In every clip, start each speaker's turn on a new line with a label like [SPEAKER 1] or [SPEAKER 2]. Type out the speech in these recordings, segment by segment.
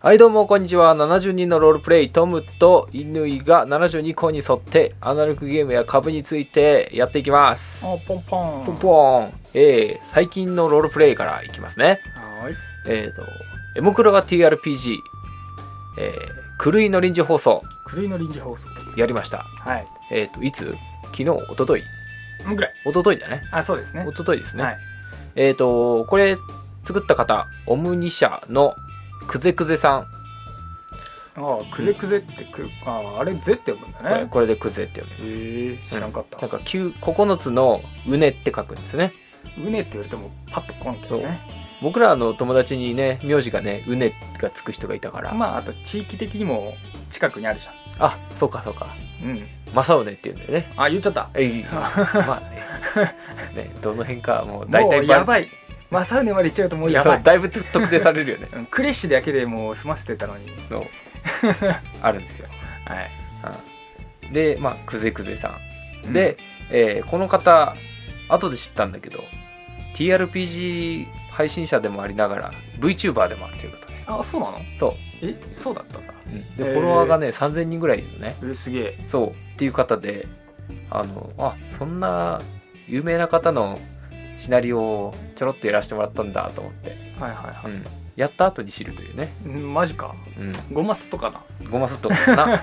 [SPEAKER 1] はいどうもこんにちは72のロールプレイトムと乾が72個に沿ってアナログゲームや株についてやっていきます
[SPEAKER 2] おポンポン
[SPEAKER 1] ポンポンえー、最近のロールプレイからいきますね
[SPEAKER 2] はーい
[SPEAKER 1] えーとエモクロが TRPG えー、狂いの臨時放送
[SPEAKER 2] 狂いの臨時放送
[SPEAKER 1] やりました
[SPEAKER 2] はい
[SPEAKER 1] えーといつ昨日一昨日
[SPEAKER 2] うんぐらい
[SPEAKER 1] 一昨日だね
[SPEAKER 2] あそうですね
[SPEAKER 1] 一昨日ですね、
[SPEAKER 2] はい
[SPEAKER 1] えっ、とこれ作った方オムニ社のくぜくぜさん
[SPEAKER 2] ああくぜくぜってくああれぜって読むん
[SPEAKER 1] これ
[SPEAKER 2] だね
[SPEAKER 1] これでくぜって呼ぶ
[SPEAKER 2] へえ知らんかっ
[SPEAKER 1] なん
[SPEAKER 2] た
[SPEAKER 1] か九9つのうねって書くんですね
[SPEAKER 2] うねって言われてもパッとこんけどね
[SPEAKER 1] 僕らの友達にね名字がねうねがつく人がいたから、
[SPEAKER 2] まああと地域的にも近くにあるじゃ
[SPEAKER 1] あそうかそうか
[SPEAKER 2] んうん
[SPEAKER 1] 正ねって言うんだよね
[SPEAKER 2] あ言っちゃ った
[SPEAKER 1] えいまあねねどの辺かもう大
[SPEAKER 2] も
[SPEAKER 1] 体
[SPEAKER 2] うや
[SPEAKER 1] い
[SPEAKER 2] ばい正宗まで行っちゃうともうやばい
[SPEAKER 1] だいぶ特定されるよね
[SPEAKER 2] うんクレッシュだけでもう済ませてたのに
[SPEAKER 1] の あるんですよ、
[SPEAKER 2] はい
[SPEAKER 1] うんでまあくぜくぜさんで、えーこの方後で知ったんだけど TRPG 配信者でもありながら VTuber でもあるということで
[SPEAKER 2] あそうなの
[SPEAKER 1] そう
[SPEAKER 2] えそうだったんだ
[SPEAKER 1] で
[SPEAKER 2] へー
[SPEAKER 1] フォロワーがね3000人ぐらいいるのね
[SPEAKER 2] えすげえ
[SPEAKER 1] そうっていう方であのあそんな有名な方のシナリオをちょろっとやらせてもらったんだと思って、
[SPEAKER 2] はいはいは
[SPEAKER 1] うんやった後に知るというね、
[SPEAKER 2] いうんマジか
[SPEAKER 1] う、
[SPEAKER 2] ゴマスとかなん
[SPEAKER 1] ごますっとか な、うんフ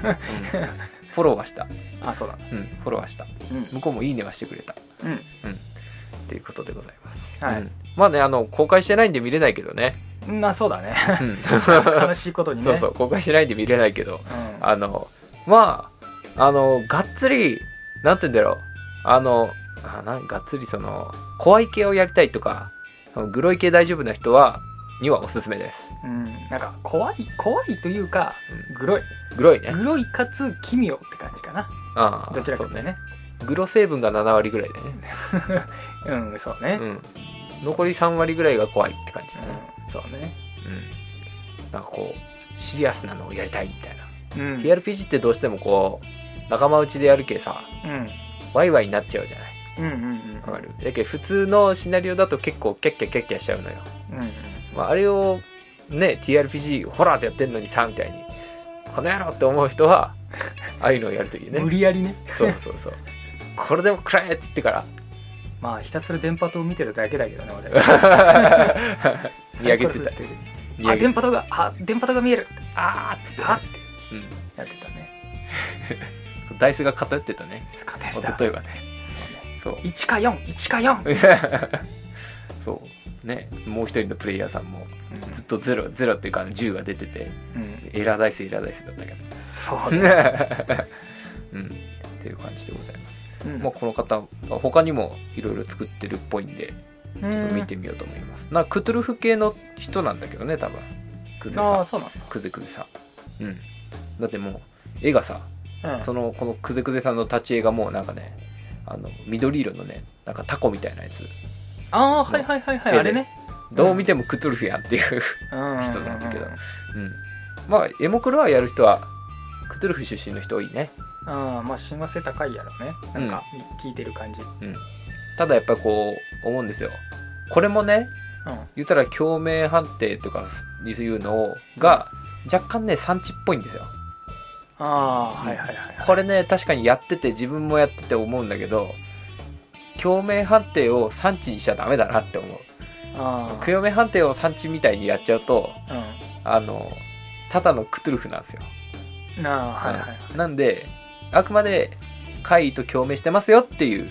[SPEAKER 1] ォローはした、
[SPEAKER 2] あそうだ
[SPEAKER 1] うん、フォローはした向こうもいいねはしてくれた
[SPEAKER 2] うんうん
[SPEAKER 1] っていうことでございます
[SPEAKER 2] はい、
[SPEAKER 1] うんまあねあの公開してないんで見れないけどね、
[SPEAKER 2] うんあそう だね 悲
[SPEAKER 1] そ
[SPEAKER 2] しいことにね
[SPEAKER 1] う そう公開してないんで見れないけど
[SPEAKER 2] うん
[SPEAKER 1] あのまああのがっつりなんて言うんだろうあのあなんがっつりその怖い系をやりたいとかそのグロい系大丈夫な人はにはおすすめです、
[SPEAKER 2] うん、なんか怖い怖いというかグロい
[SPEAKER 1] うん、グロいね
[SPEAKER 2] グロいかつ奇妙って感じかな
[SPEAKER 1] ああ
[SPEAKER 2] どちらか
[SPEAKER 1] そ
[SPEAKER 2] っ
[SPEAKER 1] う
[SPEAKER 2] て
[SPEAKER 1] ね
[SPEAKER 2] ね
[SPEAKER 1] グロ成分が7割ぐらいだよね、
[SPEAKER 2] うんそうね
[SPEAKER 1] うん、残り3割ぐらいが怖いって感じだね、
[SPEAKER 2] うんそうね
[SPEAKER 1] うん、なんかこうシリアスなのをやりたいみたいな
[SPEAKER 2] うん
[SPEAKER 1] TRPG ってどうしてもこう仲間内でやるけさ
[SPEAKER 2] うん
[SPEAKER 1] ワイワイになっちゃうじゃない
[SPEAKER 2] うんうんうん
[SPEAKER 1] わかるだけど普通のシナリオだと結構キャッキャキャッキャしちゃうのよ、
[SPEAKER 2] うんうん
[SPEAKER 1] まあ、あれをね TRPG ホラーでやってんのにさみたいにこの野郎って思う人は ああいうのをやるといいね
[SPEAKER 2] 無理やりね
[SPEAKER 1] そうそうそうこれでも食らえっつって か
[SPEAKER 2] まあひたすら電波塔を見てるだけだけどね俺
[SPEAKER 1] ら 見上げてた
[SPEAKER 2] サイコロ振って
[SPEAKER 1] 見上げ
[SPEAKER 2] あ
[SPEAKER 1] て
[SPEAKER 2] 電波塔があ電波塔が見えるあーっつってあって
[SPEAKER 1] うん
[SPEAKER 2] やってたね
[SPEAKER 1] ダイスが偏ってたね
[SPEAKER 2] すかでし
[SPEAKER 1] 一
[SPEAKER 2] た
[SPEAKER 1] 昨日はね
[SPEAKER 2] そう
[SPEAKER 1] そう
[SPEAKER 2] ね1か41か4、
[SPEAKER 1] そうねもう一人のプレイヤーさんもずっ
[SPEAKER 2] う
[SPEAKER 1] とゼロゼロっていうかあの10が出てて
[SPEAKER 2] んうん、
[SPEAKER 1] エラーダイスエラーダイスだったけ ど
[SPEAKER 2] そうね、
[SPEAKER 1] うん、っていう感じでございます。
[SPEAKER 2] うん
[SPEAKER 1] まあ、この方他にもいろいろ作ってるっぽいんで
[SPEAKER 2] ちょ
[SPEAKER 1] ちょっと見てみようと思います。なんかクトゥルフ系の人なんだけどね多分クゼ
[SPEAKER 2] ああ
[SPEAKER 1] さ
[SPEAKER 2] そうなんだ
[SPEAKER 1] クゼクゼさん。うん、だってもう絵がさ
[SPEAKER 2] うん
[SPEAKER 1] そのこのクゼクゼさんの立ち絵がもうなんかねあの緑色のねなんかタコみたいなやつ
[SPEAKER 2] ああーはいはいはいはい
[SPEAKER 1] うん
[SPEAKER 2] あれね
[SPEAKER 1] どう見てもクトゥルフやんっていう、
[SPEAKER 2] 人な
[SPEAKER 1] なんだけどうん、まあエモクロアやる人はクトゥルフ出身の人多いね。
[SPEAKER 2] ああまあ親和性高いやろねなんか聞いてる感じう
[SPEAKER 1] ただやっぱりこう思うんですよこれもね
[SPEAKER 2] ん
[SPEAKER 1] 言ったら共鳴判定とかいうのが若干ね産地っぽいんですよ
[SPEAKER 2] ああはいはいはいはい
[SPEAKER 1] これね確かにやってて自分もやってて思うんだけど共鳴判定を産地にしちゃダメだなって思う
[SPEAKER 2] ああ
[SPEAKER 1] 共鳴判定を産地みたいにやっちゃうとあのただのクトゥルフなんですよ、
[SPEAKER 2] うんああはいはいはい
[SPEAKER 1] なんであくまで怪異と共鳴してますよっていう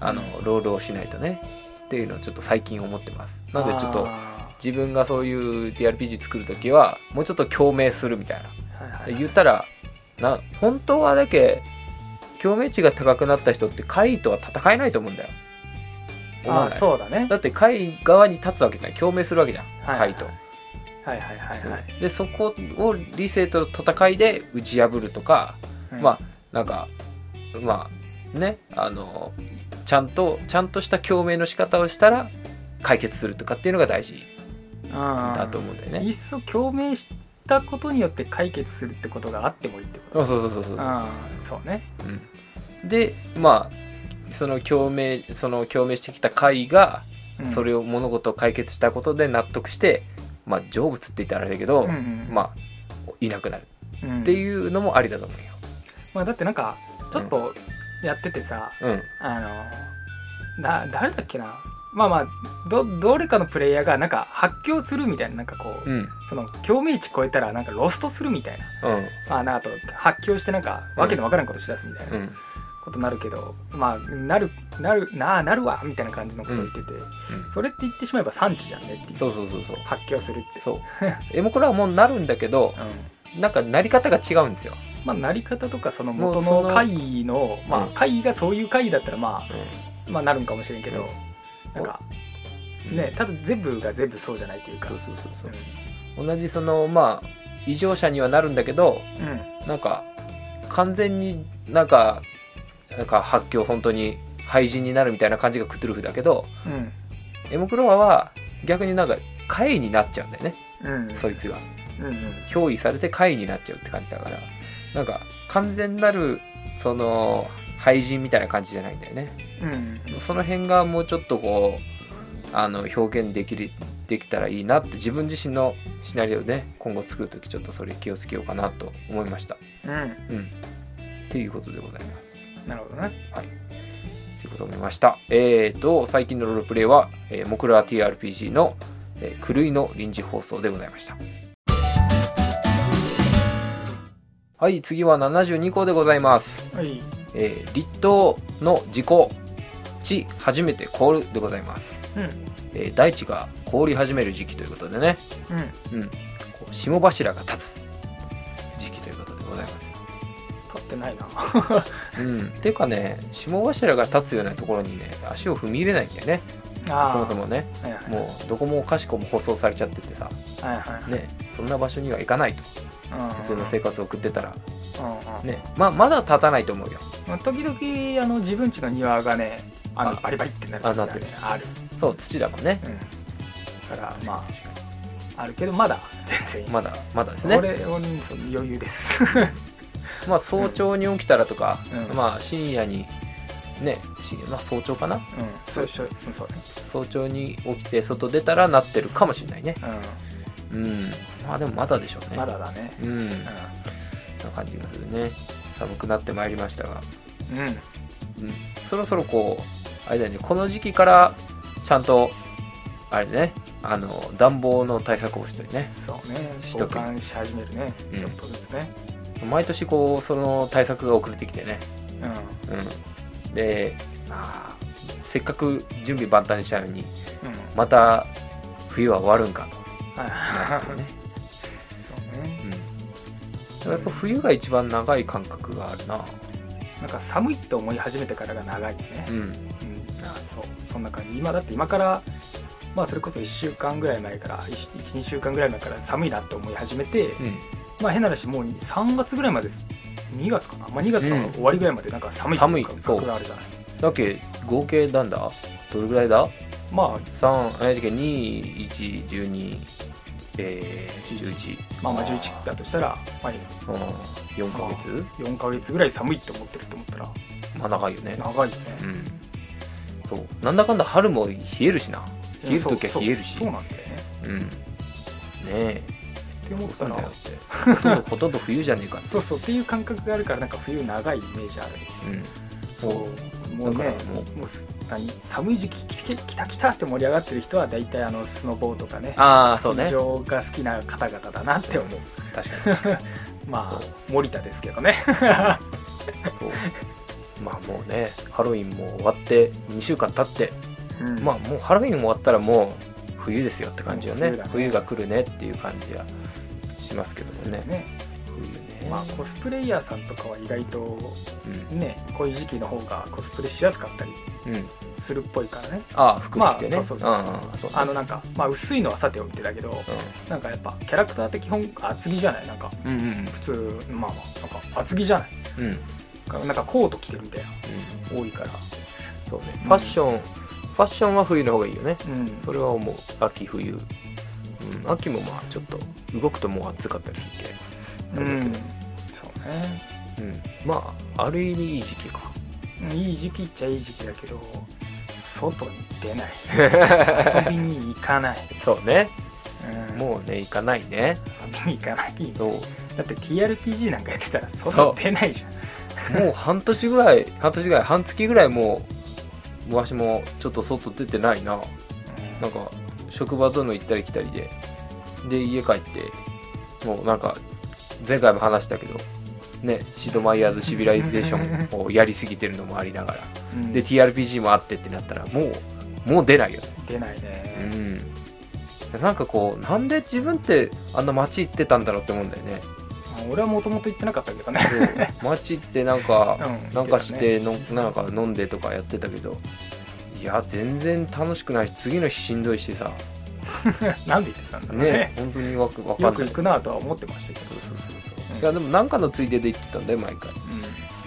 [SPEAKER 1] あのロールをしないとねっていうのをちょっと最近思ってますなんでちょっと
[SPEAKER 2] あ
[SPEAKER 1] 自分がそういう TRPG 作る時はもうちょっと共鳴するみたい
[SPEAKER 2] ーはいは
[SPEAKER 1] ない言ったらな本当はだけ共鳴値が高くなった人って怪異とは戦えないと思うんだよ思
[SPEAKER 2] あ
[SPEAKER 1] わ
[SPEAKER 2] あ
[SPEAKER 1] ない
[SPEAKER 2] そうだね
[SPEAKER 1] だって怪異側に立つわけじゃん共鳴するわけじゃん
[SPEAKER 2] はい
[SPEAKER 1] 怪異と、
[SPEAKER 2] はいはいはいはい
[SPEAKER 1] でそこを理性との戦いで打ち破るとか、
[SPEAKER 2] うん
[SPEAKER 1] まあなんかまあねあのちゃんとちゃんとした共鳴の仕方をしたら解決するとかっていうのが大事
[SPEAKER 2] ああ
[SPEAKER 1] だと思うんだよね
[SPEAKER 2] いっそ共鳴したことによって解決するってことがあってもいいってこと
[SPEAKER 1] そうそうそうそうそう
[SPEAKER 2] ああそうね
[SPEAKER 1] うん、でまあその共鳴その共鳴してきた会が
[SPEAKER 2] うん
[SPEAKER 1] それを物事を解決したことで納得して、まあ成仏って言ったらあれだけど、
[SPEAKER 2] うんうん
[SPEAKER 1] まあいなくなる
[SPEAKER 2] うん
[SPEAKER 1] っていうのもありだと思うよ。
[SPEAKER 2] まあ、だってなんかちょっとやっててさ、
[SPEAKER 1] うん、
[SPEAKER 2] あのだ誰だっけなまあまあどどれかのプレイヤーがなんか発狂するみたいななんかこう、
[SPEAKER 1] うん、うん、
[SPEAKER 2] その共鳴値超えたらなんかロストするみたいな,、まあ、なんかあと発狂してなんかわけのわからんことしだすみたい
[SPEAKER 1] う
[SPEAKER 2] な
[SPEAKER 1] ん、
[SPEAKER 2] ことになるけど、まあなるなるなあなるわみたいな感じのことを言ってて、
[SPEAKER 1] ん
[SPEAKER 2] それって言ってしまえば産地じゃんねっていう
[SPEAKER 1] そうそうそうそう。
[SPEAKER 2] 発狂するって。
[SPEAKER 1] そう。エモコラはもうなるんだけど、
[SPEAKER 2] うん
[SPEAKER 1] なんかなり方が違うんですよ。
[SPEAKER 2] まあ、なり方とかその
[SPEAKER 1] もう
[SPEAKER 2] 元
[SPEAKER 1] そ
[SPEAKER 2] の
[SPEAKER 1] の
[SPEAKER 2] 会のま
[SPEAKER 1] う
[SPEAKER 2] あ
[SPEAKER 1] ん
[SPEAKER 2] 会がそういう会だったらま
[SPEAKER 1] う
[SPEAKER 2] あまあなるんかもしれんけど
[SPEAKER 1] う
[SPEAKER 2] なんんか
[SPEAKER 1] ん、
[SPEAKER 2] ねただ全部が全部そうじゃないというか。
[SPEAKER 1] そうそうそうそううん同じそのまあ異常者にはなるんだけど、
[SPEAKER 2] うん
[SPEAKER 1] なんか完全になんかなんか発狂本当に廃人になるみたいな感じがクトゥルフだけど、
[SPEAKER 2] うん
[SPEAKER 1] エモクロワは逆になんか怪異になっちゃうんだよね。
[SPEAKER 2] うん
[SPEAKER 1] そいつが
[SPEAKER 2] うんうん
[SPEAKER 1] 憑依されて怪異になっちゃうって感じだから、なんか完全なるその廃人みたいな感じじゃないんだよね。
[SPEAKER 2] うん
[SPEAKER 1] その辺がもうちょっとこうあの表現できるできたらいいなって自分自身のシナリオで今後作る時ちょっとそれ気をつけようかなと思いました。
[SPEAKER 2] うん
[SPEAKER 1] うん、っていうことでございます。
[SPEAKER 2] なるほどね
[SPEAKER 1] ということを思いました。えー、と最近のロールプレイは、えー、モクラ TRPG の、えー、狂いの臨時放送でございました。はい次は72項でございます。
[SPEAKER 2] はい
[SPEAKER 1] えー、立冬の時効地初めて凍るでございます。
[SPEAKER 2] うんうん
[SPEAKER 1] えー大地が凍り始める時期ということでね、こう霜柱が立つ時期ということでございます。
[SPEAKER 2] 取ってないな
[SPEAKER 1] うん、っていうかね霜柱が立つようなところにね足を踏み入れないんだよね
[SPEAKER 2] あ
[SPEAKER 1] そもそもね
[SPEAKER 2] はいはい
[SPEAKER 1] もうどこもかしこも舗装されちゃっててさ、
[SPEAKER 2] はいはい
[SPEAKER 1] ね、そんな場所には行かないと
[SPEAKER 2] うん
[SPEAKER 1] 普通の生活を送ってたら、
[SPEAKER 2] うんうん
[SPEAKER 1] ねまあ、まだ立たないと思うよ
[SPEAKER 2] まあ時々あの自分家の庭がねあの
[SPEAKER 1] あ
[SPEAKER 2] バリバリってなる時が
[SPEAKER 1] あなってる
[SPEAKER 2] ねある
[SPEAKER 1] そう土だもんね
[SPEAKER 2] うんだからまああるけどまだ全然
[SPEAKER 1] まだまだです
[SPEAKER 2] こ
[SPEAKER 1] ね
[SPEAKER 2] れをその余裕です。
[SPEAKER 1] まあ早朝に起きたらとか、
[SPEAKER 2] うん
[SPEAKER 1] まあ深夜にね深夜まあ早朝かな
[SPEAKER 2] うん、そうそうそうね。
[SPEAKER 1] 早朝に起きて外出たらなってるかもしれないねうんまあでもまだでしょう
[SPEAKER 2] うん、
[SPEAKER 1] ね
[SPEAKER 2] まだだね。
[SPEAKER 1] うんな感じがするね寒くなってまいりましたが、
[SPEAKER 2] うん、うん、
[SPEAKER 1] うん、そろそろこうあれだよねこの時期からちゃんとあれねあの暖房の対策をしたりね
[SPEAKER 2] そうね。
[SPEAKER 1] し
[SPEAKER 2] 交
[SPEAKER 1] とく
[SPEAKER 2] 換し始めるね。
[SPEAKER 1] うん
[SPEAKER 2] ちょっとずつね。
[SPEAKER 1] 毎年こうその対策が遅れてきてね、
[SPEAKER 2] うん、
[SPEAKER 1] うん、でまあせっかく準備万端にしたのに
[SPEAKER 2] うん、
[SPEAKER 1] また冬は終わるんか
[SPEAKER 2] あ
[SPEAKER 1] と、ね、
[SPEAKER 2] そうね。
[SPEAKER 1] うん、やっぱ冬が一番長い感覚があるな
[SPEAKER 2] なんか寒いと思い始めてからが長いよね
[SPEAKER 1] う。ん
[SPEAKER 2] うん、あそう、そんな感じ。今だって今から。まあそれこそ1週間ぐらい前から12週間ぐらい前から寒いなって思い始めて、
[SPEAKER 1] うん
[SPEAKER 2] まあ変な話もう3月ぐらいまでです2月かな、まあ、2月の終わりぐらいまでなんか寒いっていう
[SPEAKER 1] 寒い
[SPEAKER 2] 感
[SPEAKER 1] そう
[SPEAKER 2] 覚があるじゃない
[SPEAKER 1] だっけ合計なんだどれぐらいだ
[SPEAKER 2] まあ
[SPEAKER 1] ?3 えだっけ2112えー、11
[SPEAKER 2] まあまあ11だとしたら、まあ、
[SPEAKER 1] うん4ヶ月
[SPEAKER 2] 4ヶ月ぐらい寒いって思ってると思ったら
[SPEAKER 1] まあ長いよね
[SPEAKER 2] 長いよ
[SPEAKER 1] う
[SPEAKER 2] ね。
[SPEAKER 1] んそうなんだかんだ春も冷えるしな冷える
[SPEAKER 2] そう
[SPEAKER 1] 時は冷えるし
[SPEAKER 2] そうそうなんだよね。
[SPEAKER 1] うんねえ
[SPEAKER 2] って思った
[SPEAKER 1] そうなんだよ
[SPEAKER 2] ら
[SPEAKER 1] ってほとんどほとんど冬じゃねえかって
[SPEAKER 2] そうそうっていう感覚があるからなんか冬長いイメージある。
[SPEAKER 1] うん
[SPEAKER 2] そうもう
[SPEAKER 1] だ
[SPEAKER 2] ね
[SPEAKER 1] からも
[SPEAKER 2] もうす何寒い時期きてきたきたって盛り上がってる人は大体あのスノボーとかね
[SPEAKER 1] ああ
[SPEAKER 2] スキ
[SPEAKER 1] そう
[SPEAKER 2] ー
[SPEAKER 1] ね
[SPEAKER 2] 場が好きな方々だなって思う。
[SPEAKER 1] 確かに
[SPEAKER 2] まあ森田ですけどね。
[SPEAKER 1] そうまあもうねハロウィンも終わって2週間経って
[SPEAKER 2] うん
[SPEAKER 1] まあもうハロウィン終わったらもう冬ですよって感じよね
[SPEAKER 2] もう冬だね
[SPEAKER 1] 冬が来るねっていう感じはしますけどもね
[SPEAKER 2] ね
[SPEAKER 1] 冬ね、
[SPEAKER 2] まあコスプレイヤーさんとかは意外とねこういう時期の方がコスプレしやすかったり
[SPEAKER 1] うん、うん、
[SPEAKER 2] するっぽいからね。
[SPEAKER 1] ああ服
[SPEAKER 2] ま
[SPEAKER 1] 着
[SPEAKER 2] あ
[SPEAKER 1] てね、
[SPEAKER 2] そうそうそうそうそうあ
[SPEAKER 1] の
[SPEAKER 2] のなんかまあ薄いのはさておいてだけどなんかやっぱキャラクター的本厚着じゃないなんか
[SPEAKER 1] うんうん
[SPEAKER 2] 普通まあまあなんか厚着じゃない
[SPEAKER 1] うんうんうん
[SPEAKER 2] なんかコート着てるみたいな多いから
[SPEAKER 1] そうねファッション、ファッションは冬の方がいいよね
[SPEAKER 2] うん
[SPEAKER 1] それは思う秋冬、うん、秋もまあちょっと動くともう暑かったりするけど、
[SPEAKER 2] うんそうね
[SPEAKER 1] うん、まあある意味いい時期 か
[SPEAKER 2] うんいい時期っちゃいい時期だけど外に出ない遊びに行かない
[SPEAKER 1] そうね
[SPEAKER 2] うん
[SPEAKER 1] もうね行かないね
[SPEAKER 2] 遊びに行かない
[SPEAKER 1] そう
[SPEAKER 2] だって TRPG なんかやってたら外出ないじゃん
[SPEAKER 1] もう半年ぐらい半年ぐらい半月ぐらいもうわしもちょっと外出てないななんか職場との行ったり来たりでで家帰ってもうなんか前回も話したけどねシドマイヤーズシビライゼーションをやりすぎてるのもありながら
[SPEAKER 2] うん
[SPEAKER 1] で TRPG もあってってなったらもうもう出ないよね
[SPEAKER 2] 出ないね、
[SPEAKER 1] うんなんかこうなんで自分ってあんな街行ってたんだろうって思うんだよね
[SPEAKER 2] まあ俺はもともと行ってなかったけどね
[SPEAKER 1] 街ってなんか、
[SPEAKER 2] うん
[SPEAKER 1] なんかしてのなんか飲んでとかやってたけどいや全然楽しくないし次の日しんどいしさ
[SPEAKER 2] なんで行ってたんだろうね
[SPEAKER 1] ね本当にわくわか
[SPEAKER 2] よ
[SPEAKER 1] んな
[SPEAKER 2] く
[SPEAKER 1] い
[SPEAKER 2] 行くなとは思ってましたけど、
[SPEAKER 1] いやでもなんかのついでで行ってたんだよ毎回
[SPEAKER 2] う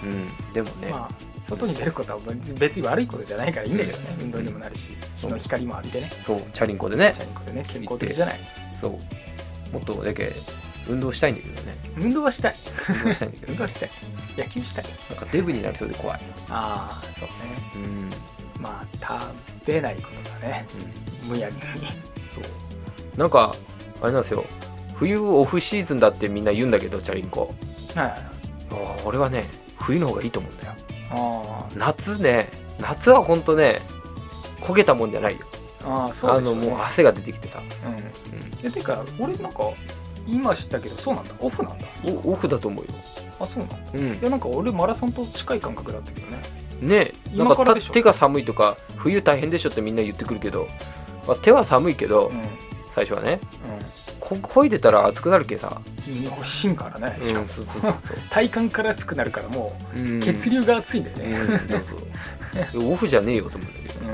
[SPEAKER 1] うんでも
[SPEAKER 2] ん
[SPEAKER 1] ね、
[SPEAKER 2] まあ外に出ることは別に悪いことじゃないからいいんだけどね運動にもなるし日
[SPEAKER 1] そう
[SPEAKER 2] の光も浴びてね
[SPEAKER 1] そうチャリンコでね
[SPEAKER 2] チャリンコでね健康的じゃない
[SPEAKER 1] そうもっとだけ運動したいんだけどね
[SPEAKER 2] 運動はしたい
[SPEAKER 1] 運動したいんだけど
[SPEAKER 2] 運動はしたい野球したい
[SPEAKER 1] なんかデブになりそうで怖い
[SPEAKER 2] ああそうね
[SPEAKER 1] うん、うん、
[SPEAKER 2] まあ食べないことだねむやみに
[SPEAKER 1] そうなんかあれなんですよ冬オフシーズンだってみんな言うんだけどチャリンコ
[SPEAKER 2] はい
[SPEAKER 1] あー俺はね冬の方がいいと思うんだよ
[SPEAKER 2] あ
[SPEAKER 1] 夏ね夏はほんとね焦げたもんじゃないよ、
[SPEAKER 2] ーあーそ
[SPEAKER 1] あ
[SPEAKER 2] うで
[SPEAKER 1] の
[SPEAKER 2] す
[SPEAKER 1] も
[SPEAKER 2] ね
[SPEAKER 1] う汗が出てきてさ、
[SPEAKER 2] うんえてか俺なんか今知ったけどそうなんだオフなんだ
[SPEAKER 1] うん、おオフだと思うよ
[SPEAKER 2] あそうなんだ
[SPEAKER 1] うん
[SPEAKER 2] いやなんか俺マラソンと近い感覚だったけどね
[SPEAKER 1] ねなんか
[SPEAKER 2] 今からでしょ
[SPEAKER 1] た手が寒いとか冬大変でしょってみんな言ってくるけど、まあ、手は寒いけど、
[SPEAKER 2] うんうん
[SPEAKER 1] 最初はねこ漕いでたら暑くなるけさ、
[SPEAKER 2] 欲しいからね、
[SPEAKER 1] うん、
[SPEAKER 2] し
[SPEAKER 1] そ
[SPEAKER 2] か
[SPEAKER 1] う
[SPEAKER 2] も
[SPEAKER 1] そうそう
[SPEAKER 2] 体幹から熱くなるからも
[SPEAKER 1] そう、う
[SPEAKER 2] うん血流が熱いんだよ
[SPEAKER 1] うん
[SPEAKER 2] ね、
[SPEAKER 1] そうそうオフじゃねえよと思うんだけど、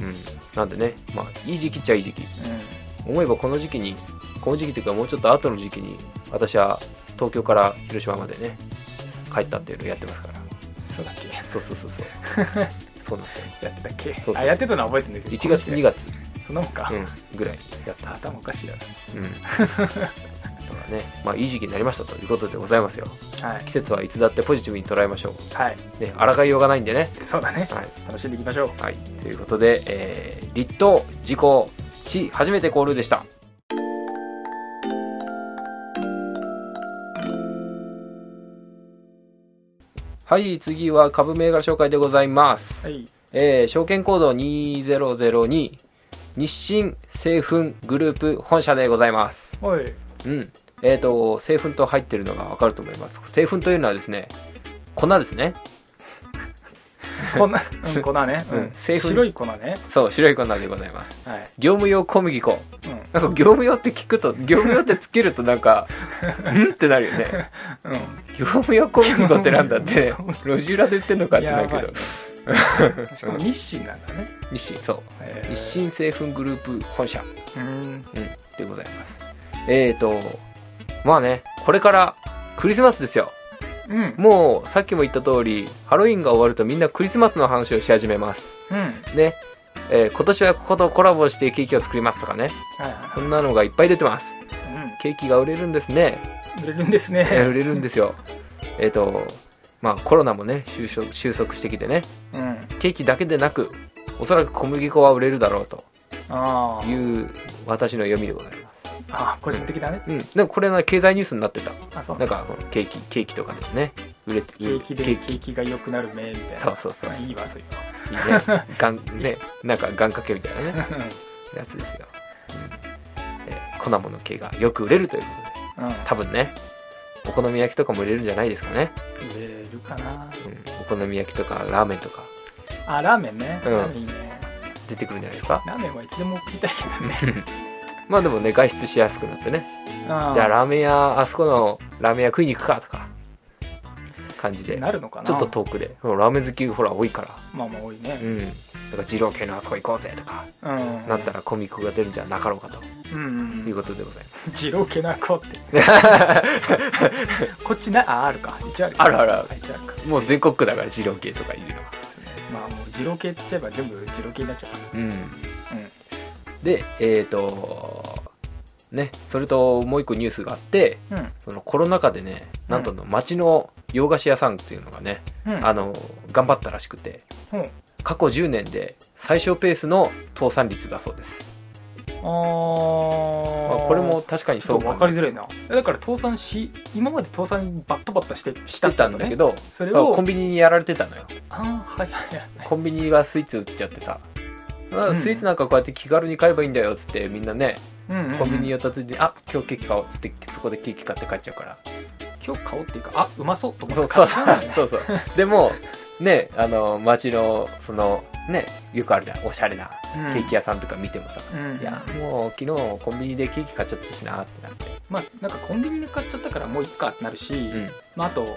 [SPEAKER 2] うんうん
[SPEAKER 1] うん、なんでねまあいい時期っちゃいい時期思えばこの時期にこの時期というかもうちょっと後の時期に私は東京から広島までね帰ったっていうのをやってますから
[SPEAKER 2] そうだっけ
[SPEAKER 1] そうそうそうそう そうなんですよ
[SPEAKER 2] やってたっけ
[SPEAKER 1] そう
[SPEAKER 2] あやってたのは覚えてんだけど
[SPEAKER 1] 1月2月、
[SPEAKER 2] そんなもんか、
[SPEAKER 1] うん、ぐらいやったはず
[SPEAKER 2] 頭おかしいよね
[SPEAKER 1] うんだからねまあいい時期になりましたということでございますよ
[SPEAKER 2] はい
[SPEAKER 1] 季節はいつだってポジティブに捉えましょ
[SPEAKER 2] はいう
[SPEAKER 1] ね抗いようがないんでね
[SPEAKER 2] そうだね
[SPEAKER 1] はい
[SPEAKER 2] 楽しんでいきましょう
[SPEAKER 1] はい、ということで、えー、立冬時効地初めてコールでしたはい次は株銘柄紹介でございます、
[SPEAKER 2] はい
[SPEAKER 1] えー証券コード2002日清製粉グループ本社でございます
[SPEAKER 2] お い
[SPEAKER 1] うんえー、と製粉と入ってるのがわかると思います製粉というのはですね粉ですね
[SPEAKER 2] 粉、うん、粉ね、う
[SPEAKER 1] うん
[SPEAKER 2] ん、
[SPEAKER 1] 製粉
[SPEAKER 2] 白い粉ね
[SPEAKER 1] そう白い粉でございます
[SPEAKER 2] はい、
[SPEAKER 1] 業務用小麦粉
[SPEAKER 2] うん
[SPEAKER 1] なんか業務用って聞くと業務用ってつけるとなんか んってなるよね
[SPEAKER 2] う
[SPEAKER 1] 業務用小麦粉ってなんだって路地裏で言ってんのかってなるけ
[SPEAKER 2] や
[SPEAKER 1] ど
[SPEAKER 2] ん、しかも日清なんだね、
[SPEAKER 1] 日清そう
[SPEAKER 2] えー
[SPEAKER 1] 日清製粉グループ本社、
[SPEAKER 2] うん
[SPEAKER 1] うん、でございますえーとまあねこれからクリスマスですよ
[SPEAKER 2] うん
[SPEAKER 1] もうさっきも言った通りハロウィンが終わるとみんなクリスマスの話をし始めます
[SPEAKER 2] うんはい
[SPEAKER 1] ね、えー今年はこことコラボしてケーキを作りますとかね
[SPEAKER 2] はい
[SPEAKER 1] そんなのがいっぱい出てます
[SPEAKER 2] は
[SPEAKER 1] ケーキが売れるんです ね
[SPEAKER 2] い、うん、売れるんです
[SPEAKER 1] えー
[SPEAKER 2] ね
[SPEAKER 1] 売れるんですよ。えっ、とまあコロナもね収束収束してきてね
[SPEAKER 2] うん
[SPEAKER 1] ケーキだけでなくおそらく小麦粉は売れるだろうと
[SPEAKER 2] あ
[SPEAKER 1] い
[SPEAKER 2] ー
[SPEAKER 1] う私の読みでございます。
[SPEAKER 2] あー個人的だね
[SPEAKER 1] うん、でもこれは経済ニュースになってた
[SPEAKER 2] あそう
[SPEAKER 1] なんかこのケーキケーキとかですね売れて
[SPEAKER 2] ケーキで
[SPEAKER 1] ケ
[SPEAKER 2] ケ
[SPEAKER 1] ーキ
[SPEAKER 2] ーキが良くなるねみたいな
[SPEAKER 1] そうそう そう
[SPEAKER 2] いいわそういう
[SPEAKER 1] いいねがんねなんか願掛けみたいなねやつですよ、うんえー粉物系がよく売れるということで
[SPEAKER 2] のうん
[SPEAKER 1] 多分ねお好み焼きとかも売れるんじゃないですかね、
[SPEAKER 2] 売れるかな
[SPEAKER 1] うん、お好み焼きとかラーメンとか
[SPEAKER 2] あラーメンね、
[SPEAKER 1] うん
[SPEAKER 2] ラーメンいいね
[SPEAKER 1] 出てくるんじゃないですか
[SPEAKER 2] ラーメンはいつでも食いたいけどね
[SPEAKER 1] まあでもね外出しやすくなってね
[SPEAKER 2] じゃ
[SPEAKER 1] じゃあラーメン屋あそこのラーメン屋食いに行くかとか感じで
[SPEAKER 2] なるのかな
[SPEAKER 1] ちょっと遠くでほらラーメン好きほら多いから
[SPEAKER 2] まあまあ多いうね
[SPEAKER 1] んなんか二郎系のあそこ行こうぜとか
[SPEAKER 2] うん
[SPEAKER 1] なったら小麦粉が出るんじゃなかろうかと
[SPEAKER 2] うんうん
[SPEAKER 1] いうことでございます
[SPEAKER 2] 二郎系な子 ってこっちなああるか一応ある
[SPEAKER 1] あるあるある
[SPEAKER 2] 一応あるか
[SPEAKER 1] もう全国区だから二郎系とかいるのは
[SPEAKER 2] まあもう二郎系っつっちゃえば全部二郎系になっちゃう
[SPEAKER 1] うん
[SPEAKER 2] う
[SPEAKER 1] でえっ、とねそれともう一個ニュースがあって
[SPEAKER 2] ん
[SPEAKER 1] そのコロナ禍でねなんとの町の洋菓子屋さんっていうのがね、
[SPEAKER 2] うんうん
[SPEAKER 1] あの頑張ったらしくて
[SPEAKER 2] うん
[SPEAKER 1] 過去10年で最小ペースの倒産率だそうです
[SPEAKER 2] あー、
[SPEAKER 1] まあ、これも確かに
[SPEAKER 2] ち
[SPEAKER 1] そ
[SPEAKER 2] ょ
[SPEAKER 1] う
[SPEAKER 2] っと分かりづらいなえだから倒産し今まで倒産バッタバッタしてし
[SPEAKER 1] してたんだけど、
[SPEAKER 2] それ
[SPEAKER 1] そう
[SPEAKER 2] を
[SPEAKER 1] コンビニにやられてたのよ
[SPEAKER 2] あーはいはいはい
[SPEAKER 1] コンビニがスイーツ売っちゃってさ、あ
[SPEAKER 2] うん
[SPEAKER 1] スイーツなんかこうやって気軽に買えばいいんだよっつってみんなね
[SPEAKER 2] うんうんうん
[SPEAKER 1] コンビニ寄ったついでに「あ今日ケーキ買おう」っつってそこでケーキ買って帰っちゃうから
[SPEAKER 2] 今日買おうっていうかあうまそうと思
[SPEAKER 1] そう
[SPEAKER 2] って
[SPEAKER 1] そう
[SPEAKER 2] 買ったんだよね
[SPEAKER 1] そうそうでもねあの街のそのねよくあるじゃんおしゃれな
[SPEAKER 2] うん
[SPEAKER 1] ケーキ屋さんとか見てもさ、
[SPEAKER 2] うん
[SPEAKER 1] いやもう昨日コンビニでケーキ買っちゃったしなってなって
[SPEAKER 2] まあなんかコンビニで買っちゃったからもういっかってなるし、
[SPEAKER 1] うん
[SPEAKER 2] まあ、あと
[SPEAKER 1] うん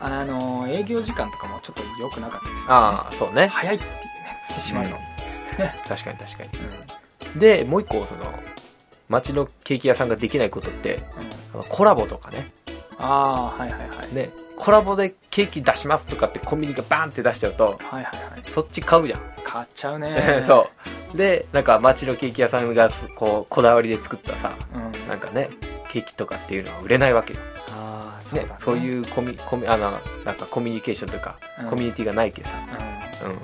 [SPEAKER 2] あの営業時間とかもちょっと良くなかったです、ね、
[SPEAKER 1] ああそうね
[SPEAKER 2] 早いっていうねしてしまうの、
[SPEAKER 1] 確かに確かに
[SPEAKER 2] うん
[SPEAKER 1] でもう一個その街のケーキ屋さんができないことって
[SPEAKER 2] うん
[SPEAKER 1] あのコラボとかね
[SPEAKER 2] ああーはいはいはい
[SPEAKER 1] ねコラボでケーキ出しますとかってコンビニがバーンって出しちゃうと
[SPEAKER 2] はいはいはい
[SPEAKER 1] そっち買うじゃん、
[SPEAKER 2] 買っちゃうね
[SPEAKER 1] そうでなんか街のケーキ屋さんがこうこだわりで作ったさ
[SPEAKER 2] うん、うん、
[SPEAKER 1] なんかねケーキとかっていうのは売れないわけよ、
[SPEAKER 2] ああそうだ
[SPEAKER 1] ね
[SPEAKER 2] ね、
[SPEAKER 1] そう
[SPEAKER 2] う、
[SPEAKER 1] いうコミコミあのなんかコミュニケーションというか、
[SPEAKER 2] ん、
[SPEAKER 1] コミュニティがないけどさ、
[SPEAKER 2] うんあ
[SPEAKER 1] うん、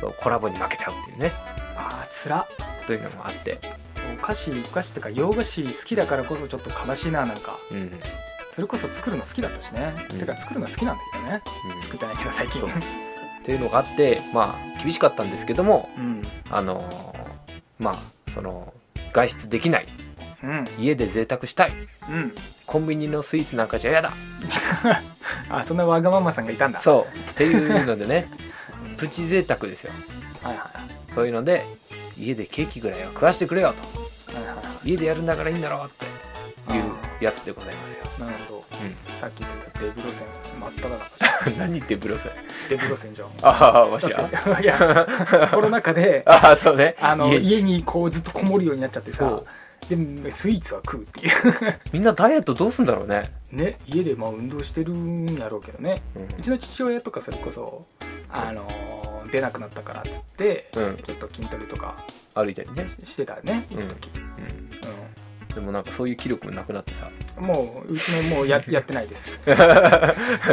[SPEAKER 1] そうコラボに負けちゃうっていうね
[SPEAKER 2] あつら
[SPEAKER 1] というのもあって、
[SPEAKER 2] お菓子お菓子とか洋菓子好きだからこそちょっと悲しいななんか
[SPEAKER 1] うんうん
[SPEAKER 2] それこそ作るの好きだったしね、
[SPEAKER 1] うん
[SPEAKER 2] てか作るの好きなんだけどね作ってないけど最近
[SPEAKER 1] そううんっていうのがあってまあ厳しかったんですけどもあのーまあその外出できない
[SPEAKER 2] うん
[SPEAKER 1] 家で贅沢したい
[SPEAKER 2] うん
[SPEAKER 1] コンビニのスイーツなんかじゃ嫌だ
[SPEAKER 2] あそんなわがままさんがいたんだ
[SPEAKER 1] そうっていうので ねプチ贅沢ですよ
[SPEAKER 2] はいはい
[SPEAKER 1] そういうので家でケーキぐらいは食わしてくれよと
[SPEAKER 2] はいはいは
[SPEAKER 1] 家でやるんだからいいんだろうっていう
[SPEAKER 2] あ
[SPEAKER 1] やつでございますよ、
[SPEAKER 2] いなるほど
[SPEAKER 1] う
[SPEAKER 2] さっき言ってたデブ路線真っ 只中
[SPEAKER 1] ん、何言ってブロス
[SPEAKER 2] デブ路線じゃん
[SPEAKER 1] ああわしら
[SPEAKER 2] だってい やコロナ禍で
[SPEAKER 1] ああそうね
[SPEAKER 2] あの
[SPEAKER 1] 家に
[SPEAKER 2] 家にこうずっとこもるようになっちゃって
[SPEAKER 1] そ
[SPEAKER 2] さ
[SPEAKER 1] う
[SPEAKER 2] でもスイーツは食うっていう
[SPEAKER 1] みんなダイエットどうすんだろうね、
[SPEAKER 2] ね家でまあ運動してるんやろうけどね
[SPEAKER 1] うん
[SPEAKER 2] うちの父親とかそれこそあのー出なくなったからっつって
[SPEAKER 1] うん、
[SPEAKER 2] ちょっと筋トレとか
[SPEAKER 1] 歩いたりね、
[SPEAKER 2] してたね
[SPEAKER 1] うん
[SPEAKER 2] うん
[SPEAKER 1] うん、でもなんかそういう気力もなくなって さ
[SPEAKER 2] もううちの もうややってないです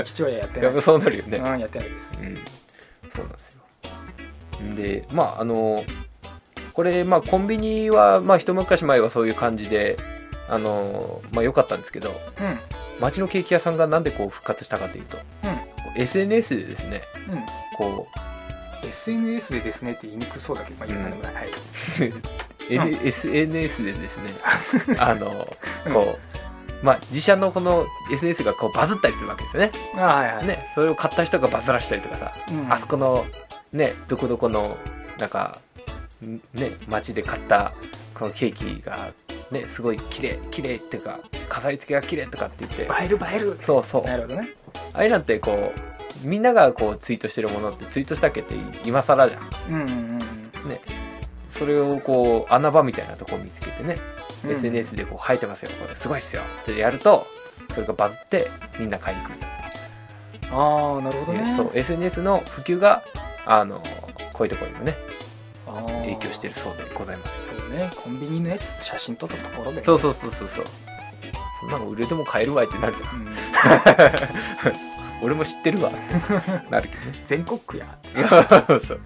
[SPEAKER 2] 父親やってな
[SPEAKER 1] や
[SPEAKER 2] い
[SPEAKER 1] っぱ
[SPEAKER 2] です
[SPEAKER 1] そうなるよね、
[SPEAKER 2] うんやってないです
[SPEAKER 1] うん、そうなんですよでまああのこれまあコンビニはまあ一昔前はそういう感じであのまあ良かったんですけど
[SPEAKER 2] うん
[SPEAKER 1] 街のケーキ屋さんがなんでこう復活したかというと、SNS でですね
[SPEAKER 2] うん
[SPEAKER 1] こう
[SPEAKER 2] うん SNS でですねって言いにくそうだけどまあ言わないでもないはい
[SPEAKER 1] N-
[SPEAKER 2] うん
[SPEAKER 1] SNS でですねあの
[SPEAKER 2] うん
[SPEAKER 1] こうまあ自社のこの SNS がこうバズったりするわけですよね
[SPEAKER 2] あはいはい
[SPEAKER 1] ねそれを買った人がバズらしたりとかさ
[SPEAKER 2] うん
[SPEAKER 1] あそこのねどこどこのなんかんね街で買ったこのケーキがねすごい綺麗綺麗っていうか飾り付けが綺麗とかって言って
[SPEAKER 2] 映える映える
[SPEAKER 1] そうそう
[SPEAKER 2] なるほどね
[SPEAKER 1] ああいうのってこうみんながこうツイートしてるものってツイートしたっけって今更じゃん
[SPEAKER 2] うんうんうん
[SPEAKER 1] ねそれをこう穴場みたいなとこ見つけてね、
[SPEAKER 2] うん
[SPEAKER 1] SNS でこう生えてますよこれすごいっすよってやるとそれがバズってみんな買いに来る
[SPEAKER 2] ああなるほどね
[SPEAKER 1] そう SNS の普及があのこういうところにもね
[SPEAKER 2] 影
[SPEAKER 1] 影響してるそうでございます
[SPEAKER 2] そうねコンビニのやつ写真撮ったところでね、
[SPEAKER 1] そうそうそうそうそうそんなの売れても買えるわいってなるじゃん
[SPEAKER 2] うん
[SPEAKER 1] 俺も知ってる わってなる
[SPEAKER 2] 全国区や、
[SPEAKER 1] けどねそう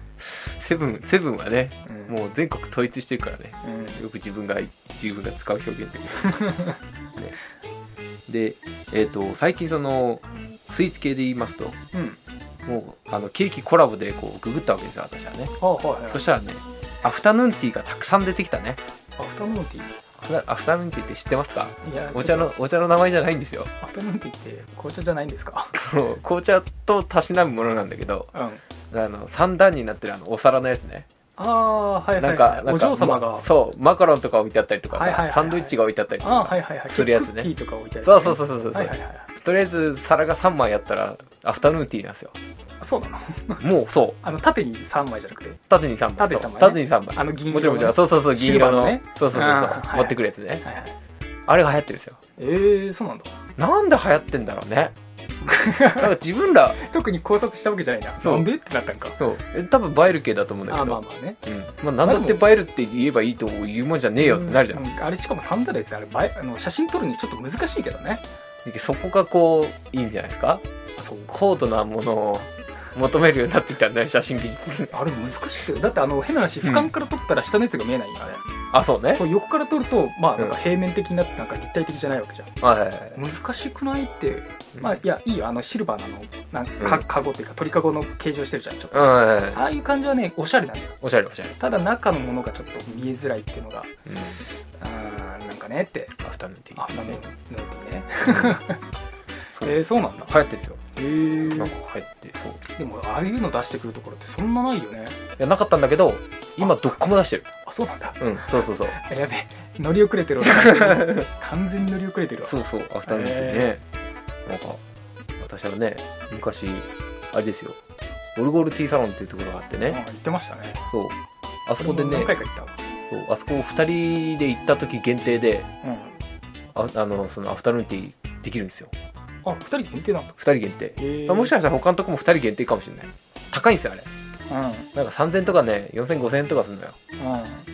[SPEAKER 1] セブンセブンはね
[SPEAKER 2] うん
[SPEAKER 1] もう全国統一してるからね
[SPEAKER 2] うん、
[SPEAKER 1] よく自分が自分が使う表現で、 ね、でえっ、と最近そのスイーツ系で言いますと
[SPEAKER 2] うん、
[SPEAKER 1] もうあのケーキコラボでこうググったわけですよ私はね
[SPEAKER 2] あはいはい
[SPEAKER 1] そしたらねアフタヌーンティーがたくさん出てきたね
[SPEAKER 2] アフタヌーンティ
[SPEAKER 1] アフタアフタヌーンティーって知ってますか
[SPEAKER 2] ーいや
[SPEAKER 1] お茶
[SPEAKER 2] ちょっ
[SPEAKER 1] のお茶の名前じゃないんですよ
[SPEAKER 2] とアフタヌーンティーって紅茶じゃないんですか
[SPEAKER 1] 紅茶とたしなむものなんだけど
[SPEAKER 2] うんあ
[SPEAKER 1] あの三段になってるあのお皿のやつね
[SPEAKER 2] あーはいは
[SPEAKER 1] ないんか
[SPEAKER 2] はい
[SPEAKER 1] なん
[SPEAKER 2] お
[SPEAKER 1] か
[SPEAKER 2] 嬢様
[SPEAKER 1] ま
[SPEAKER 2] が
[SPEAKER 1] そうマカロンとか置いてあったりとか
[SPEAKER 2] はいはいはいは
[SPEAKER 1] さ
[SPEAKER 2] い
[SPEAKER 1] サンドイッチが置いてあったりと
[SPEAKER 2] ああーは
[SPEAKER 1] か
[SPEAKER 2] いはいはい
[SPEAKER 1] するやつね
[SPEAKER 2] クッキーとか置いてある、
[SPEAKER 1] そうそうそううそうそう
[SPEAKER 2] はいはいはいはい
[SPEAKER 1] とりあえず皿が3枚やったらアフタヌーンティーなんですよ
[SPEAKER 2] そうなの
[SPEAKER 1] もうそう
[SPEAKER 2] あの縦に三枚じゃなくて
[SPEAKER 1] 縦に3枚
[SPEAKER 2] 縦に
[SPEAKER 1] そう
[SPEAKER 2] 三枚ね
[SPEAKER 1] 縦に3枚
[SPEAKER 2] あの銀色の
[SPEAKER 1] もちろんもちろんそうそうそう銀色の
[SPEAKER 2] シルバーのね
[SPEAKER 1] そうそうそう
[SPEAKER 2] あ
[SPEAKER 1] そ
[SPEAKER 2] ーは
[SPEAKER 1] う
[SPEAKER 2] い
[SPEAKER 1] 持ってくるやつね
[SPEAKER 2] はいはい
[SPEAKER 1] あれが流行ってるんですよ
[SPEAKER 2] えー、そうなんだ
[SPEAKER 1] なんで流行ってんだろうねなんか自分ら
[SPEAKER 2] 特に考察したわけじゃないな
[SPEAKER 1] そう
[SPEAKER 2] なんでってなったんか
[SPEAKER 1] そうえ多分映える系だと思うんだ
[SPEAKER 2] あ
[SPEAKER 1] け
[SPEAKER 2] ーまあ
[SPEAKER 1] ど
[SPEAKER 2] まあね
[SPEAKER 1] うんまあなんだって映えるって言えばいいというもんじゃねえよってなるじゃん
[SPEAKER 2] ううあれしかもサンダルですあれ映えあの写真撮るのちょっと難しいけどね
[SPEAKER 1] でそこがこういいんじゃないですか
[SPEAKER 2] あそう
[SPEAKER 1] 高度なものを求めるようになってきたんだよ写真技術
[SPEAKER 2] あれ難しいけどだってあの変な話俯瞰から撮ったら下のやつが見えないよあれ
[SPEAKER 1] あそうね
[SPEAKER 2] そう横から撮るとまあなんか平面的になってなんか立体的じゃないわけじゃん
[SPEAKER 1] はいはいはい
[SPEAKER 2] 難しくないって
[SPEAKER 1] うん
[SPEAKER 2] まあいやいいよあのシルバーなのなんか
[SPEAKER 1] うん
[SPEAKER 2] かカゴっていうか鳥かごの形状してるじゃんちょっ
[SPEAKER 1] う
[SPEAKER 2] と
[SPEAKER 1] んはいはいはい
[SPEAKER 2] ああいう感じはねおしゃれなんだよ
[SPEAKER 1] おしゃれおしゃれ、
[SPEAKER 2] ただ中のものがちょっと見えづらいっていうのが
[SPEAKER 1] うん、
[SPEAKER 2] あーなんかねって
[SPEAKER 1] アフタヌーンティー
[SPEAKER 2] あダメなんて
[SPEAKER 1] そう
[SPEAKER 2] ね えーそうなんだ
[SPEAKER 1] 流行ってるんですよ
[SPEAKER 2] へ
[SPEAKER 1] なん
[SPEAKER 2] ー
[SPEAKER 1] か流行ってそうい
[SPEAKER 2] でもああいうの出してくるところってそんなないよね
[SPEAKER 1] やなかったんだけど今どっかも出してる
[SPEAKER 2] あそうなんだ
[SPEAKER 1] うんそうそうそう
[SPEAKER 2] やべ乗り遅れ てるわ完全に乗り遅れてるわ
[SPEAKER 1] そうそうアフタヌーンティーね、なんか私はね昔あれですよオルゴールティーサロンっていうところがあって
[SPEAKER 2] うん
[SPEAKER 1] ね
[SPEAKER 2] 言ってましたね
[SPEAKER 1] そうあそこで
[SPEAKER 2] 俺も
[SPEAKER 1] ね
[SPEAKER 2] 何回か行ったわ
[SPEAKER 1] そうあそこ2人で行った時限定でああのそのアフタヌーンティーできるんですよ
[SPEAKER 2] うんあ二人限定なんだ
[SPEAKER 1] 2人限定
[SPEAKER 2] へー
[SPEAKER 1] あもしかしたら他のとこも2人限定かもしれない高いんですよあれ
[SPEAKER 2] う
[SPEAKER 1] なんか3000とかね40005000とかするのよ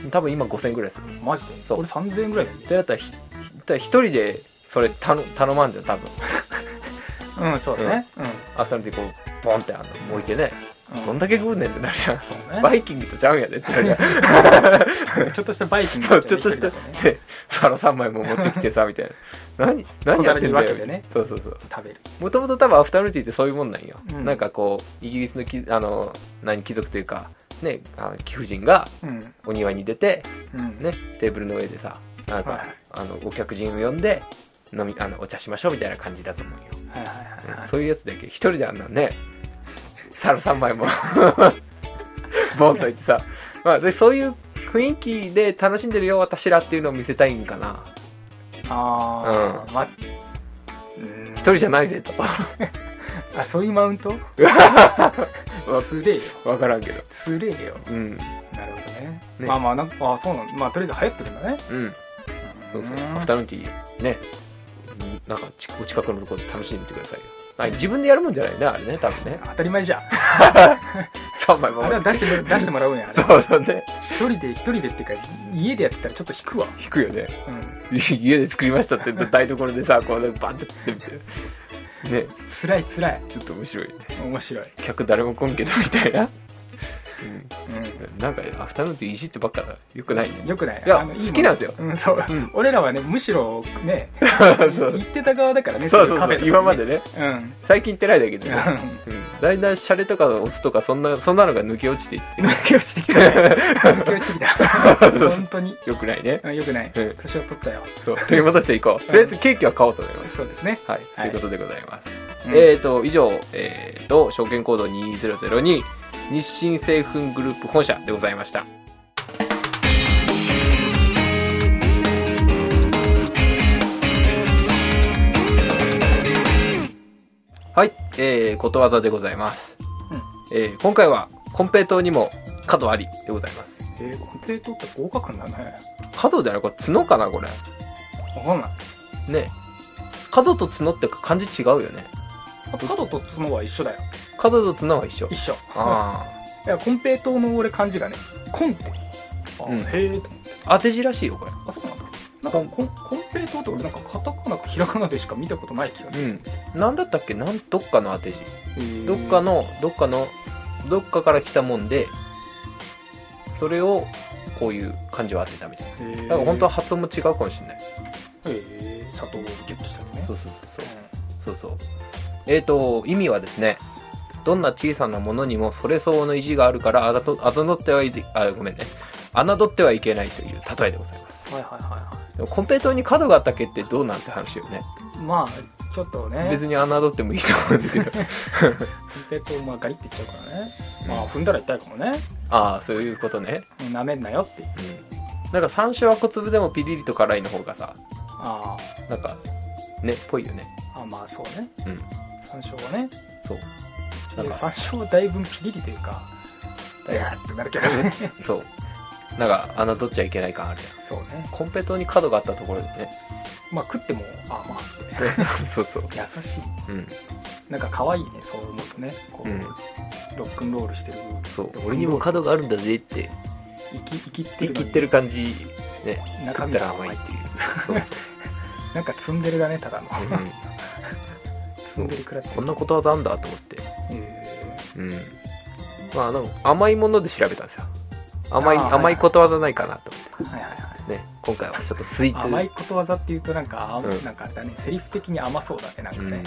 [SPEAKER 2] ん
[SPEAKER 1] 多分今5000ぐらいする
[SPEAKER 2] うんマジで
[SPEAKER 1] そう
[SPEAKER 2] 俺3000円ぐらいだよね
[SPEAKER 1] でだったらひだったら1人でそれ頼頼まんじゃん多分
[SPEAKER 2] うんそうだねうん
[SPEAKER 1] アフタヌーンティーこうボンってあの置いてね
[SPEAKER 2] うん
[SPEAKER 1] どんだけ食うねんってなるやん
[SPEAKER 2] そう
[SPEAKER 1] バ
[SPEAKER 2] ね
[SPEAKER 1] イキングとちゃうん やでってなるやん
[SPEAKER 2] ちょっとしたバイキング
[SPEAKER 1] そ
[SPEAKER 2] だ
[SPEAKER 1] う
[SPEAKER 2] ね
[SPEAKER 1] ちょっとした
[SPEAKER 2] 一人だね
[SPEAKER 1] で皿3枚も持ってきてさみたいな何何やってんだ
[SPEAKER 2] 小皿
[SPEAKER 1] よ
[SPEAKER 2] に分けてね
[SPEAKER 1] そうそうそう
[SPEAKER 2] 食べる
[SPEAKER 1] もともと多分アフタヌーンティーってそういうもんなんよ、
[SPEAKER 2] うん
[SPEAKER 1] なんかこうイギリスのきあの何貴族というかねあの貴婦人が
[SPEAKER 2] うん
[SPEAKER 1] お庭に出て、
[SPEAKER 2] うん
[SPEAKER 1] ね、テーブルの上でさなんか、
[SPEAKER 2] はいはい
[SPEAKER 1] あのお客人を呼んで飲みあのお茶しましょうみたいな感じだと思うよ、
[SPEAKER 2] はいはいはいはい
[SPEAKER 1] そういうやつだけど一人であんなんね皿3枚 もボンといってさ、まあ、でそういう雰囲気で楽しんでるよ私らっていうのを見せたいんかな
[SPEAKER 2] ああまうん
[SPEAKER 1] 一人じゃないぜと
[SPEAKER 2] あそういうマウントつれえよ
[SPEAKER 1] 分からんけど
[SPEAKER 2] つれえよ
[SPEAKER 1] うん
[SPEAKER 2] なるほどね
[SPEAKER 1] ね
[SPEAKER 2] まあまあなんかあそうなんまあとりあえず流行ってるんだね
[SPEAKER 1] うんそうそうアフタヌーンティーねうんなんかちお近くのところで楽しんでみてくださいよあ自分でやるもんじゃないねあれね多分ね
[SPEAKER 2] 当たり前じゃん
[SPEAKER 1] 3枚も
[SPEAKER 2] あれは出しても出してもらうんやあれ
[SPEAKER 1] そうそうね
[SPEAKER 2] 一人で一人でっていうか家でやったらちょっと引くわ
[SPEAKER 1] 引くよね
[SPEAKER 2] うん
[SPEAKER 1] 家で作りましたって台所でさこうねバンってってみてね
[SPEAKER 2] つらいつらい
[SPEAKER 1] ちょっと面白いね
[SPEAKER 2] 面白い
[SPEAKER 1] 客誰も来んけどみたいな、
[SPEAKER 2] う
[SPEAKER 1] うん、なんかアフタヌーンティーいじってばっかだよくないね
[SPEAKER 2] んよくない
[SPEAKER 1] いや
[SPEAKER 2] あの
[SPEAKER 1] 好きなんですよ
[SPEAKER 2] ものうんそう
[SPEAKER 1] うん
[SPEAKER 2] 俺らはねむしろね
[SPEAKER 1] そうそ
[SPEAKER 2] 行
[SPEAKER 1] う
[SPEAKER 2] ってた側だからね
[SPEAKER 1] そう
[SPEAKER 2] い
[SPEAKER 1] そう
[SPEAKER 2] カフ
[SPEAKER 1] そ
[SPEAKER 2] ェと
[SPEAKER 1] う
[SPEAKER 2] か
[SPEAKER 1] 今までね
[SPEAKER 2] うん
[SPEAKER 1] 最近行ってないだけでね、うん、だんだんシャレとかオスとかそんなそんなのが抜け落ちていって
[SPEAKER 2] 抜け落ちてきたね 抜け落ちてきた本当に
[SPEAKER 1] よくないね
[SPEAKER 2] うんよくない
[SPEAKER 1] うん
[SPEAKER 2] 年を取ったよ
[SPEAKER 1] そう取り戻していこうとりあえずケーキは買おうと思います
[SPEAKER 2] そうですね
[SPEAKER 1] はい、
[SPEAKER 2] はい
[SPEAKER 1] ということでございます、
[SPEAKER 2] うん
[SPEAKER 1] えーと以上えーと証券コード2002日清製粉グループ本社でございましたはい、えー、ことわざでございます、えー今回はコンペイトーにも角ありでございます
[SPEAKER 2] えー、コンペイトーって合格なんだね。
[SPEAKER 1] 角じゃないこれ角かなこれ
[SPEAKER 2] わかんない。
[SPEAKER 1] ね角と角って漢字違うよね
[SPEAKER 2] あ角と角は一緒だよ。
[SPEAKER 1] 角と角は一緒
[SPEAKER 2] 一緒。
[SPEAKER 1] あ
[SPEAKER 2] いや、コンペイトーの俺漢字がね、コンって。あ、
[SPEAKER 1] うん
[SPEAKER 2] へえと思って。
[SPEAKER 1] あ当て字らしいよこれ
[SPEAKER 2] あ、そうなんだ。なんかコンコンペイトーって俺なんかカタカナかひらがなでしか見たことない気がする。
[SPEAKER 1] うん何だったっけなんどっかの当て字
[SPEAKER 2] えー
[SPEAKER 1] どっか。のどっかのどっかから来たもんでそれをこういう漢字を当てたみたい
[SPEAKER 2] えー
[SPEAKER 1] なだから本当は。発音も違うかもしれない
[SPEAKER 2] えー、砂糖をギュッとしたやつね
[SPEAKER 1] そ。うそうそうそうそうそうえーと意味はですねどんな小さなものにもそれ相応の意地があるからあざとあざのってはいけあごめんね侮ってはいけないという例えでございます
[SPEAKER 2] うんはいはいはいは
[SPEAKER 1] でもコンペイトーに角があったっけってどうなんて話よね
[SPEAKER 2] い。まあ、ちょっとね、
[SPEAKER 1] 別に侮ってもいいと思うんだけど
[SPEAKER 2] コンペイトーまあガリっていっちゃうからね。まあ、踏んだら痛いかもね。
[SPEAKER 1] ああそういうことね
[SPEAKER 2] うん舐めんなよって。
[SPEAKER 1] なんか山椒は小粒でもピリリと辛いの方がさ
[SPEAKER 2] あ
[SPEAKER 1] なんかねっぽいよね
[SPEAKER 2] ーあ、まあそうね。
[SPEAKER 1] うん
[SPEAKER 2] 山椒はね。
[SPEAKER 1] そうな
[SPEAKER 2] で
[SPEAKER 1] んか
[SPEAKER 2] 山椒だいぶピリリというかいやーってなるけどね
[SPEAKER 1] そうなんか侮っちゃいけない感あるじゃん
[SPEAKER 2] そうね
[SPEAKER 1] コンペトに角があったところで ね
[SPEAKER 2] まあ食ってもあまあって
[SPEAKER 1] そうそう
[SPEAKER 2] 優しい
[SPEAKER 1] うん
[SPEAKER 2] なんか可愛いねそう思うとねこう、
[SPEAKER 1] うん
[SPEAKER 2] ロックンロールしてる
[SPEAKER 1] そう俺にも角があるんだぜって
[SPEAKER 2] 生き生きって
[SPEAKER 1] 生
[SPEAKER 2] る
[SPEAKER 1] きってる感じね食
[SPEAKER 2] 中
[SPEAKER 1] っ
[SPEAKER 2] 身
[SPEAKER 1] たら
[SPEAKER 2] が
[SPEAKER 1] 甘
[SPEAKER 2] 甘
[SPEAKER 1] いっ
[SPEAKER 2] い
[SPEAKER 1] ていうそう
[SPEAKER 2] なんかツンデレだねただの ツンデレ食らって
[SPEAKER 1] こん
[SPEAKER 2] る
[SPEAKER 1] なことわざあんだと思って
[SPEAKER 2] え
[SPEAKER 1] うんまあなんか甘いもので調べたんですよ甘い
[SPEAKER 2] あーはい
[SPEAKER 1] 甘いことわざないかなと思って
[SPEAKER 2] ーはいはいは
[SPEAKER 1] 今回はちょっとスイーツ
[SPEAKER 2] 甘いことわざっていうとなんか、あん
[SPEAKER 1] うん
[SPEAKER 2] なんかあれだねセリフ的に甘そうだねなんか
[SPEAKER 1] うん
[SPEAKER 2] ね、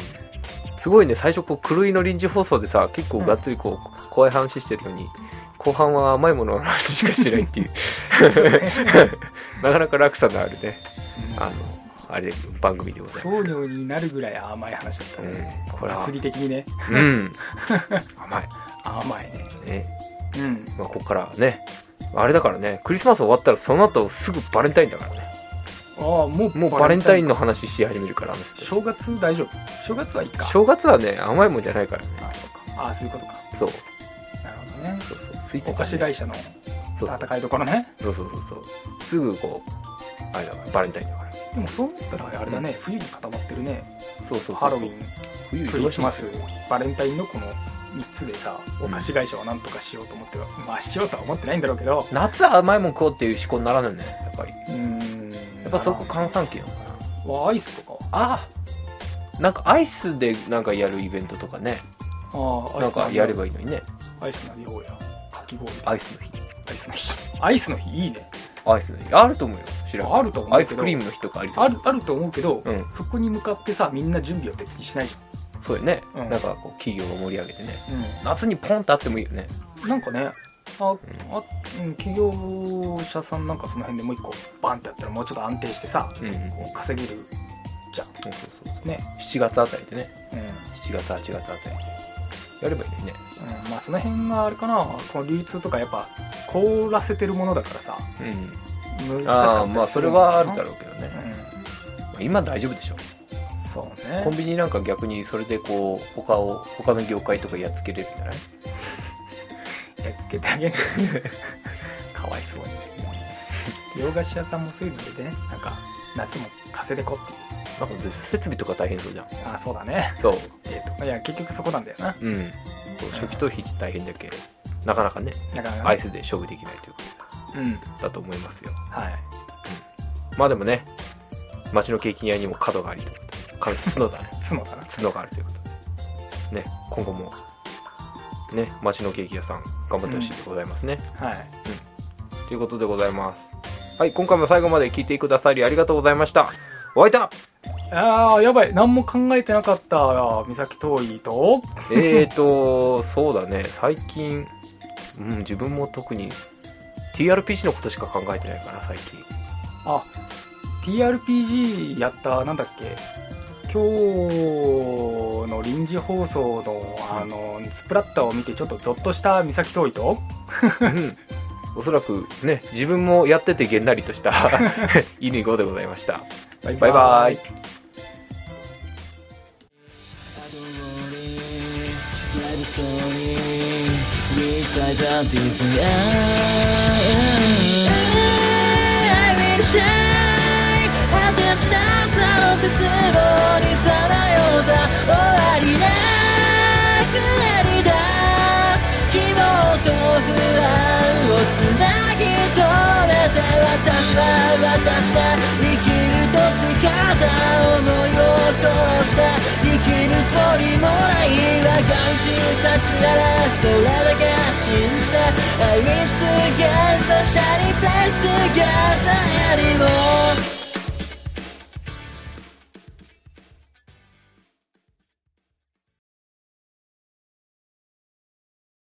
[SPEAKER 1] すごいね最初こう狂いの臨時放送でさ結構がっつりこう、怖い話してるのに後半は甘いものの話しかしないっていう
[SPEAKER 2] そうね
[SPEAKER 1] なかなか落差のあるね
[SPEAKER 2] うん
[SPEAKER 1] あのあれ番組でございます
[SPEAKER 2] 糖尿になるぐらい甘い話だったね、
[SPEAKER 1] うんこれは
[SPEAKER 2] 物理的にね
[SPEAKER 1] うん甘い
[SPEAKER 2] 甘いね
[SPEAKER 1] ね、
[SPEAKER 2] うん
[SPEAKER 1] まあ、ここからはねあれだからねクリスマス終わったらその後すぐバレンタインだからね
[SPEAKER 2] ああもう
[SPEAKER 1] もうバレンタインの話し始めるからあの人
[SPEAKER 2] 正月大丈夫正月はいいか
[SPEAKER 1] 正月はね甘いもんじゃないからね
[SPEAKER 2] あそうかああそういうことか
[SPEAKER 1] そう
[SPEAKER 2] なるほどね
[SPEAKER 1] そうそうスイーツだ
[SPEAKER 2] お
[SPEAKER 1] ね
[SPEAKER 2] 菓子会社の
[SPEAKER 1] そうそう
[SPEAKER 2] 戦いどころね
[SPEAKER 1] そうそうそうそうすぐこうあれだからバレンタインだから
[SPEAKER 2] でもそう思ったらあれだね、冬に固まってるね
[SPEAKER 1] そうそうそう
[SPEAKER 2] ハロウィン
[SPEAKER 1] 冬
[SPEAKER 2] クリスマス
[SPEAKER 1] 忙しいんですよ
[SPEAKER 2] バレンタインのこの3つでさお菓子会社はなんとかしようと思っては、まあしようとは思ってないんだろうけど
[SPEAKER 1] 夏は甘いもん食おうっていう思考にならないねやっぱり
[SPEAKER 2] うーん
[SPEAKER 1] やっぱそこ閑散期なのかな
[SPEAKER 2] はアイスとか
[SPEAKER 1] ああなんかアイスでなんかやるイベントとかね
[SPEAKER 2] ああ
[SPEAKER 1] なんかやれ
[SPEAKER 2] い
[SPEAKER 1] ばいいのにね
[SPEAKER 2] アイスの量やかき氷
[SPEAKER 1] アイスの日
[SPEAKER 2] アイスの日アイスの日いいね
[SPEAKER 1] アイスの日あると思うよ知らん
[SPEAKER 2] あると思うけど
[SPEAKER 1] アイスクリームの日とかありそう
[SPEAKER 2] あるあると思うけど、
[SPEAKER 1] うん
[SPEAKER 2] そこに向かってさみんな準備を別にしないじ
[SPEAKER 1] そうよね、
[SPEAKER 2] うん
[SPEAKER 1] なんかこう企業を盛り上げてね
[SPEAKER 2] ゃん、
[SPEAKER 1] 夏にポンとあってもいいよね
[SPEAKER 2] なんかねあ
[SPEAKER 1] ん
[SPEAKER 2] あ、うん、企業者さんなんかその辺でもう一個バンってやったらもうちょっと安定してさ
[SPEAKER 1] うん、うん、
[SPEAKER 2] こう稼げるじゃん
[SPEAKER 1] そうそうそう
[SPEAKER 2] ね、
[SPEAKER 1] 7月あたりでね
[SPEAKER 2] うん
[SPEAKER 1] 7月8月あたりでやればいいのにね
[SPEAKER 2] うん、まあその辺があれかなこの流通とかやっぱ凍らせてるものだからさ難し
[SPEAKER 1] うん
[SPEAKER 2] かった
[SPEAKER 1] ああ
[SPEAKER 2] り
[SPEAKER 1] まあ
[SPEAKER 2] す
[SPEAKER 1] そ
[SPEAKER 2] る
[SPEAKER 1] れ
[SPEAKER 2] のかな
[SPEAKER 1] はあるだろうけどね、まあ今大丈夫でしょ
[SPEAKER 2] うん、そうね
[SPEAKER 1] コンビニなんか逆にそれでこう他を他の業界とかやっつけれるんじゃない
[SPEAKER 2] やっつけてあげる かわいそうに洋菓子屋さんもそういうのでねなんか夏も稼いでこっていう
[SPEAKER 1] なんか絶設備とか大変そうじゃん
[SPEAKER 2] ああそうだね
[SPEAKER 1] そう
[SPEAKER 2] えーといや結局そこなんだよな
[SPEAKER 1] うんそう初期投費大変だけなかなかね
[SPEAKER 2] だから、
[SPEAKER 1] アイスで勝負できないというこ
[SPEAKER 2] うんはい
[SPEAKER 1] とだと思いますよまあでもね町の景気屋にも角がありということで角角 だね
[SPEAKER 2] 角だな
[SPEAKER 1] 角があるということでね今後もね町のケーキ屋さん頑張ってほしいでございますね、
[SPEAKER 2] はい
[SPEAKER 1] ということでございますはい今回も最後まで聞いてくださりありがとうございましたお相手は
[SPEAKER 2] あーやばい何も考えてなかった三崎遠いと
[SPEAKER 1] えーと、 そうだね、最近、うん、自分も特に TRPG のことしか考えてないかな、最近。
[SPEAKER 2] あ TRPG やったなんだっけ今日の臨時放送のあのスプラッターを見てちょっとゾッとした三崎遠いと
[SPEAKER 1] うん おそらくね、自分もやっててげんなりとした 犬子でございました。
[SPEAKER 2] バイ
[SPEAKER 1] バイバイ。
[SPEAKER 3] Love story Inside out is the I will shine Attach 朝の絶望にさまよった終わりなくり出す希望と不安をつなぎ止めて私は私は生きると誓った思いを殺した生きるつもりもないわ感じ察知ならそれだけは信じた I wish together shiny place together anymore